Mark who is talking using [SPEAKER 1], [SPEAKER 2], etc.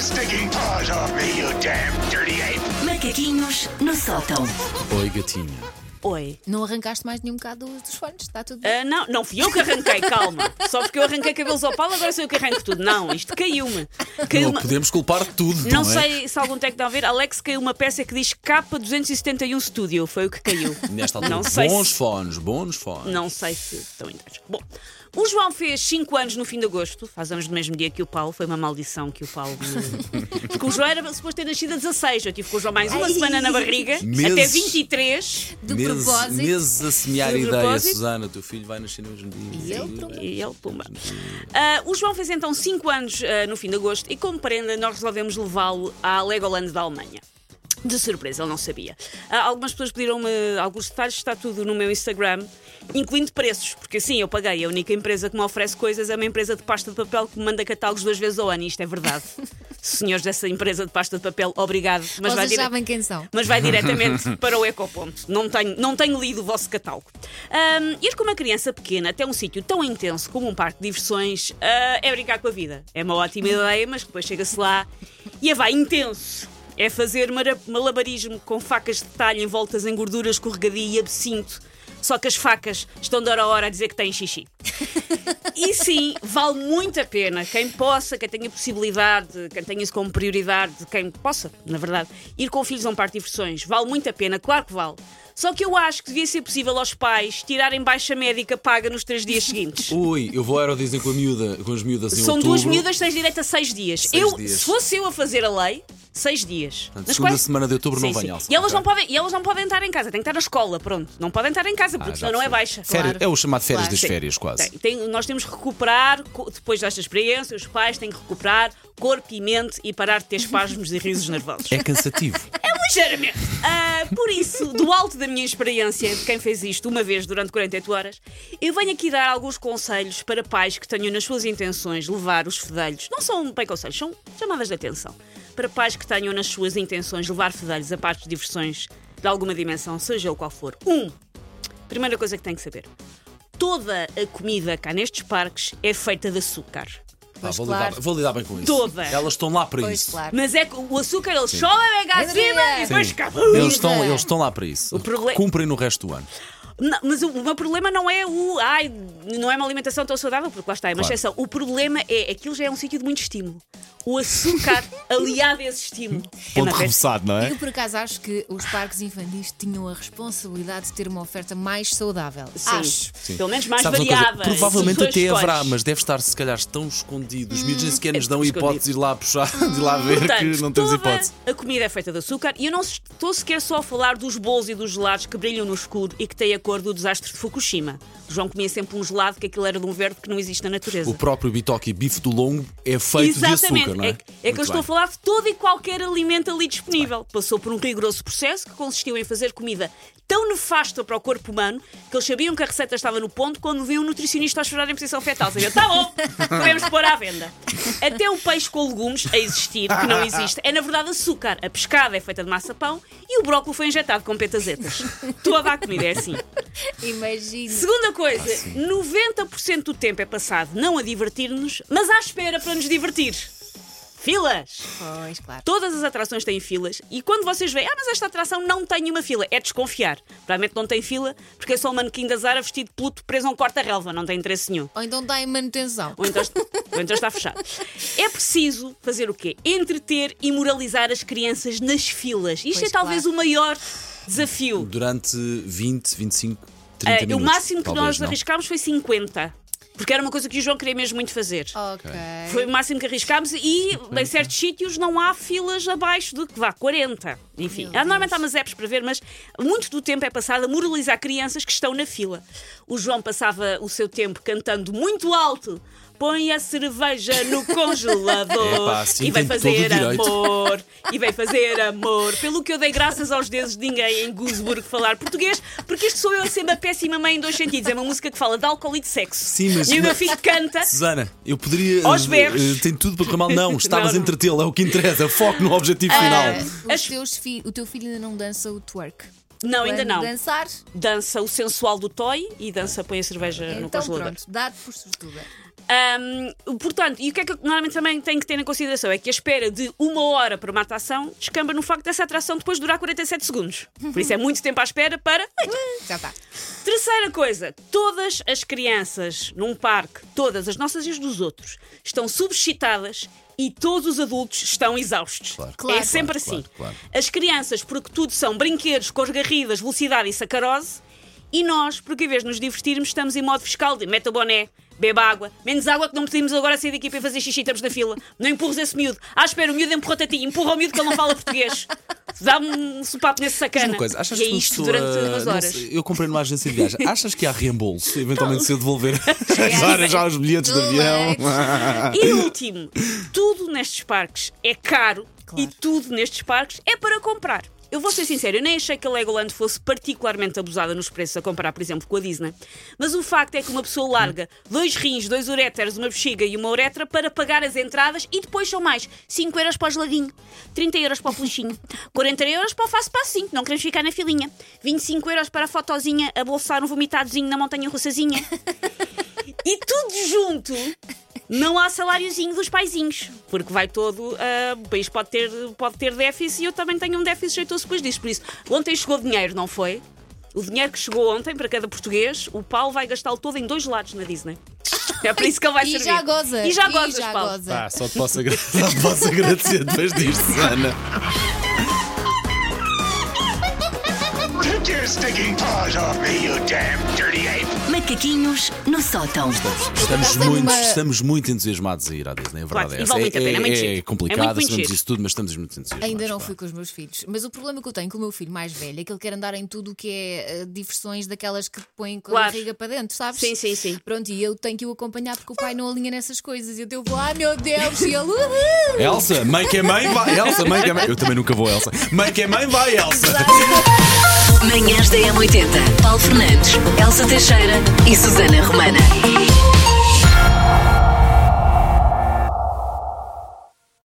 [SPEAKER 1] stinking paws off me, you damn dirty ape!
[SPEAKER 2] Macaquinhos no sótão.
[SPEAKER 3] Oi, gatinho.
[SPEAKER 4] Oi.
[SPEAKER 5] Não arrancaste mais nenhum bocado dos fones, está tudo bem.
[SPEAKER 4] Ah, não, não fui eu que arranquei, calma. Só porque eu arranquei cabelos ao palo, agora sou eu que arranco tudo. Não, isto caiu-me.
[SPEAKER 3] Não
[SPEAKER 4] Caiu-me.
[SPEAKER 3] podemos culpar tudo. Não,
[SPEAKER 4] Não
[SPEAKER 3] é?
[SPEAKER 4] sei se algum técnico está a ver. Alex caiu uma peça que diz capa 271 Studio. Foi o que caiu.
[SPEAKER 3] Nesta altura,
[SPEAKER 4] não sei
[SPEAKER 3] bons
[SPEAKER 4] se-
[SPEAKER 3] fones, bons fones.
[SPEAKER 4] Não sei se estão inteiros. Bom, o João fez 5 anos no fim de agosto, faz anos do mesmo dia que o Paulo, foi uma maldição que o Paulo. me- Porque o João era suposto ter nascido a 16, eu tive com o João mais uma
[SPEAKER 5] Ai.
[SPEAKER 4] semana na barriga,
[SPEAKER 3] Meses.
[SPEAKER 4] até 23,
[SPEAKER 5] De
[SPEAKER 3] meses,
[SPEAKER 5] propósito.
[SPEAKER 3] meses a semear
[SPEAKER 4] De
[SPEAKER 3] ideia,
[SPEAKER 4] propósito.
[SPEAKER 3] Susana, teu filho vai nascer no mesmo dia.
[SPEAKER 5] E ele,
[SPEAKER 3] Então
[SPEAKER 5] pronto.
[SPEAKER 4] e ele, pumba. Ah, o João fez então 5 anos ah, no fim de agosto e, como prenda, nós resolvemos levá-lo à Legoland da Alemanha. De surpresa, ele não sabia. Ah, algumas pessoas pediram-me alguns detalhes, está tudo no meu Instagram, incluindo preços, porque assim eu paguei. A única empresa que me oferece coisas é uma empresa de pasta de papel que me manda catálogos duas vezes ao ano, e isto é verdade. Senhores dessa empresa de pasta de papel, obrigado. Mas vai
[SPEAKER 5] Vocês
[SPEAKER 4] dire-
[SPEAKER 5] sabem quem são.
[SPEAKER 4] mas vai diretamente para o Ecoponto. Não tenho, não tenho lido o vosso catálogo. Ahm, ir com uma criança pequena até um sítio tão intenso como um parque de diversões ah, é brincar com a vida. É uma ótima ideia, mas depois chega-se lá e é vai intenso. É fazer mara- malabarismo com facas de talho envoltas em gordura escorregadia e absinto. Só que as facas estão de hora a hora a dizer que têm xixi. E sim, vale muito a pena. Quem possa, quem tenha possibilidade, quem tenha isso como prioridade, quem possa, na verdade, ir com filhos a um parque de diversões, vale muito a pena, claro que vale. Só que eu acho que devia ser possível aos pais tirarem baixa médica paga nos três dias seguintes.
[SPEAKER 3] Ui, eu vou ao Disney com a miúda, com as miúdas em
[SPEAKER 4] São
[SPEAKER 3] outubro.
[SPEAKER 4] duas miúdas, tens direito a seis dias.
[SPEAKER 3] Seis
[SPEAKER 4] eu,
[SPEAKER 3] dias.
[SPEAKER 4] se fosse eu a fazer a lei, seis dias.
[SPEAKER 3] Portanto,
[SPEAKER 4] Mas
[SPEAKER 3] segunda
[SPEAKER 4] quais-
[SPEAKER 3] semana de outubro não
[SPEAKER 4] Sim,
[SPEAKER 3] vem
[SPEAKER 4] sim.
[SPEAKER 3] Elsa.
[SPEAKER 4] E elas,
[SPEAKER 3] Ok.
[SPEAKER 4] não podem, e elas não podem estar em casa, têm que estar na escola, pronto. Não podem estar em casa, porque
[SPEAKER 3] Ah, já
[SPEAKER 4] senão não é
[SPEAKER 3] percebi.
[SPEAKER 4] baixa.
[SPEAKER 3] Férias-
[SPEAKER 5] Claro.
[SPEAKER 3] É o chamado férias
[SPEAKER 5] Claro.
[SPEAKER 3] das
[SPEAKER 4] Sim.
[SPEAKER 3] férias, quase.
[SPEAKER 4] Tem- tem- nós temos que recuperar, co- depois desta experiência, os pais têm que recuperar corpo e mente e parar de ter espasmos e risos nervosos.
[SPEAKER 3] É cansativo.
[SPEAKER 4] Ligeiramente. Ah, por isso, do alto da minha experiência de quem fez isto uma vez durante 48 horas, eu venho aqui dar alguns conselhos para pais que tenham nas suas intenções levar os fedelhos. Não são bem conselhos, são chamadas de atenção. Para pais que tenham nas suas intenções levar fedelhos a partes de diversões de alguma dimensão, seja o qual for. Um, primeira coisa que tem que saber: toda a comida cá nestes parques é feita de açúcar.
[SPEAKER 3] Pá,
[SPEAKER 5] Pois,
[SPEAKER 3] Ah, vou,
[SPEAKER 5] claro.
[SPEAKER 3] lidar, vou lidar bem com isso.
[SPEAKER 4] Toda.
[SPEAKER 3] Elas estão lá para
[SPEAKER 5] Pois,
[SPEAKER 3] isso.
[SPEAKER 5] claro.
[SPEAKER 4] Mas é que o açúcar ele chove bem cá acima e
[SPEAKER 5] Sim.
[SPEAKER 4] depois né? cá.
[SPEAKER 3] Eles estão, eles estão lá para isso.
[SPEAKER 4] O É problema-
[SPEAKER 3] Cumprem no resto do ano.
[SPEAKER 4] Não, mas o, o meu problema não é o. Ai, não é uma alimentação tão saudável, porque lá está, é uma
[SPEAKER 3] Claro.
[SPEAKER 4] exceção. O problema é aquilo já é um sítio de muito estímulo. O açúcar aliado a esse estímulo. é uma peste.
[SPEAKER 3] não
[SPEAKER 5] Eu por acaso acho que os parques infantis tinham a responsabilidade de ter uma oferta mais saudável.
[SPEAKER 4] Sim.
[SPEAKER 5] Acho.
[SPEAKER 4] Pelo menos mais
[SPEAKER 3] Sabes uma coisa?
[SPEAKER 4] variada.
[SPEAKER 3] Provavelmente
[SPEAKER 4] Sim,
[SPEAKER 3] até
[SPEAKER 4] escolhes. Hum, é
[SPEAKER 3] haverá, mas deve estar se calhar tão escondido. Os miúdos nem sequer nos dão
[SPEAKER 4] Escondido.
[SPEAKER 3] hipótese de ir lá puxar, de ir lá ver
[SPEAKER 4] Portanto,
[SPEAKER 3] que não temos
[SPEAKER 4] toda
[SPEAKER 3] hipótese.
[SPEAKER 4] a comida é feita de açúcar e eu não estou sequer só a falar dos bolos e dos gelados que brilham no escuro e que têm a cor do desastre de Fukushima. O João comia sempre um gelado que aquilo era de um verde que não existe na natureza.
[SPEAKER 3] O próprio bitoque e bife do longo é feito de
[SPEAKER 4] Exatamente.
[SPEAKER 3] açúcar, não é?
[SPEAKER 4] É, que- é que eu
[SPEAKER 3] Muito
[SPEAKER 4] estou
[SPEAKER 3] bem.
[SPEAKER 4] a falar de todo e qualquer alimento ali disponível. Passou por um rigoroso processo que consistiu em fazer comida tão nefasta para o corpo humano que eles sabiam que a receita estava no ponto quando viu um nutricionista a chorar em posição fetal. Sabia, tá bom, podemos pôr à venda. Até o peixe com legumes a existir, que não existe, é na verdade açúcar. A pescada é feita de massa-pão e o brócolis foi injetado com petazetas. Toda a comida é assim.
[SPEAKER 5] Imagino.
[SPEAKER 4] Segunda coisa, 90% do tempo é passado não a divertir-nos, mas à espera para nos divertir. Filas!
[SPEAKER 5] Pois, claro.
[SPEAKER 4] Todas as atrações têm filas e quando vocês veem, ah, mas esta atração não tem uma fila, é desconfiar. Provavelmente não tem fila porque é só um manequim da Zara vestido de Pluto preso a um corta-relva, não tem interesse nenhum.
[SPEAKER 5] Ou então dá em manutenção.
[SPEAKER 4] Ou então, ou então está fechado. É preciso fazer o quê? Entreter e moralizar as crianças nas filas. Isto
[SPEAKER 5] Pois,
[SPEAKER 4] é talvez
[SPEAKER 5] claro.
[SPEAKER 4] o maior desafio.
[SPEAKER 3] Durante 20, 25, 30
[SPEAKER 4] Ah,
[SPEAKER 3] minutos.
[SPEAKER 4] o máximo que
[SPEAKER 3] talvez,
[SPEAKER 4] nós
[SPEAKER 3] não?
[SPEAKER 4] arriscámos foi 50. Porque era uma coisa que o João queria mesmo muito fazer.
[SPEAKER 5] Ok.
[SPEAKER 4] Foi o máximo que arriscámos e em certos sítios não há filas abaixo de que vá 40. Enfim,
[SPEAKER 5] Meu
[SPEAKER 4] há- normalmente há umas apps para ver, mas muito do tempo é passado a moralizar crianças que estão na fila. O João passava o seu tempo cantando muito alto. Põe a cerveja no congelador
[SPEAKER 3] Epá, assim
[SPEAKER 4] e vai
[SPEAKER 3] tem todo o
[SPEAKER 4] fazer
[SPEAKER 3] direito.
[SPEAKER 4] amor. E vai fazer amor. Pelo que eu dei graças aos deuses de ninguém em Gusburg falar português, porque isto sou eu a ser uma péssima mãe em dois sentidos. É uma música que fala de álcool e de sexo.
[SPEAKER 3] Sim, mas-
[SPEAKER 4] E o meu filho canta.
[SPEAKER 3] Susana, eu poderia.
[SPEAKER 4] Aos
[SPEAKER 3] eh,
[SPEAKER 4] berros.
[SPEAKER 3] eh, Tem tudo para correr mal. Não, estavas a
[SPEAKER 4] Não.
[SPEAKER 3] entretê-lo, é o que interessa. Foco no objetivo final.
[SPEAKER 5] Ah, os
[SPEAKER 4] As-
[SPEAKER 5] teus fi- O teu filho ainda não dança o twerk.
[SPEAKER 4] Não, ainda
[SPEAKER 5] Quando
[SPEAKER 4] não.
[SPEAKER 5] dançar,
[SPEAKER 4] Dança o sensual do toy e dança, põe a cerveja no
[SPEAKER 5] então
[SPEAKER 4] congelador.
[SPEAKER 5] pronto, dado por sortuda.
[SPEAKER 4] Hum, portanto, e o que é que normalmente também tem que ter em consideração é que a espera de uma hora para uma atração descamba no facto dessa atração depois durar 47 segundos. Por isso é muito tempo à espera para.
[SPEAKER 5] Já está.
[SPEAKER 4] Terceira coisa, todas as crianças num parque, todas as nossas e as dos outros, estão subexcitadas e todos os adultos estão exaustos.
[SPEAKER 5] Claro.
[SPEAKER 4] é sempre
[SPEAKER 3] Claro,
[SPEAKER 4] assim.
[SPEAKER 3] claro,
[SPEAKER 4] As crianças, porque tudo são brinquedos, cores garridas, velocidade e sacarose, e nós, porque em vez de nos divertirmos, estamos em modo fiscal de meta o boné, beba água, menos água que não pedimos agora sair daqui para fazer xixi, estamos na fila, não empurres esse miúdo, ah, espera, o miúdo empurra-te a ti, empurra o miúdo que ele não fala português. Dá um sopapo nesse sacana.
[SPEAKER 3] Uma coisa, achas
[SPEAKER 4] e é
[SPEAKER 3] que uma
[SPEAKER 4] isto
[SPEAKER 3] pessoa-
[SPEAKER 4] durante umas
[SPEAKER 3] não
[SPEAKER 4] horas. Então,
[SPEAKER 3] sei, eu comprei numa agência de viagem. Achas que há reembolso? Eventualmente se eu devolver as horas já os bilhetes de avião.
[SPEAKER 4] E último, tudo nestes parques é caro e tudo nestes parques é para comprar. Eu vou ser sincero, eu nem achei que a Legoland fosse particularmente abusada nos preços a comparar, por exemplo, com a Disney. Mas o facto é que uma pessoa larga dois rins, dois uréteres, uma bexiga e uma uretra para pagar as entradas e depois são mais 5 euros para o geladinho, 30 euros para o peluchinho, 40 euros para o face passinho, não queremos ficar na filinha, 25 euros para a fotozinha a bolsar um vomitadozinho na montanha russazinha. E tudo junto não há saláriozinho dos paizinhos. Porque vai todo. ah, o país pode ter, pode ter déficit e eu também tenho um déficit jeitoso depois disso. Por isso, ontem chegou dinheiro, não foi? O dinheiro que chegou ontem para cada português, o Paulo vai gastá-lo todo em dois lados na Disney. É para isso que ele vai
[SPEAKER 5] e
[SPEAKER 4] servir.
[SPEAKER 5] já goza.
[SPEAKER 4] E já gozas, Paulo.
[SPEAKER 5] goza.
[SPEAKER 3] Pá, Ah, só te posso agra- só te posso agradecer depois disto, Ana.
[SPEAKER 1] Take your stinking paws off me, you damn dirty ape!
[SPEAKER 2] Macaquinhos no sótão.
[SPEAKER 3] Estamos
[SPEAKER 5] Estás a
[SPEAKER 3] muito,
[SPEAKER 5] uma-
[SPEAKER 3] estamos muito entusiasmados a ir à Disney, a
[SPEAKER 4] Claro,
[SPEAKER 3] verdade
[SPEAKER 4] e
[SPEAKER 3] é essa.
[SPEAKER 4] vale muito a pena, é muito
[SPEAKER 3] é,
[SPEAKER 4] giro. É
[SPEAKER 3] complicado,
[SPEAKER 4] muito, muito
[SPEAKER 3] sabemos
[SPEAKER 4] giro.
[SPEAKER 3] isso tudo, mas estamos muito entusiasmados.
[SPEAKER 5] Ainda não
[SPEAKER 3] pá.
[SPEAKER 5] fui com os meus filhos, mas o problema que eu tenho com o meu filho mais velho é que ele quer andar em tudo o que é eh, diversões daquelas que põem com a
[SPEAKER 4] Claro.
[SPEAKER 5] barriga para dentro, sabes?
[SPEAKER 4] Sim, sim, sim.
[SPEAKER 5] Pronto, e eu tenho que o acompanhar porque o pai não alinha nessas coisas. E eu vou, ah meu Deus, e ele, uhul!
[SPEAKER 3] Elsa, mãe que é mãe, vai. Elsa, mãe que é mãe. Eu também nunca vou, Elsa. Mãe que é mãe, vai, Elsa.
[SPEAKER 2] Manhãs da M80. Paulo Fernandes, Elsa Teixeira e Susana Romana.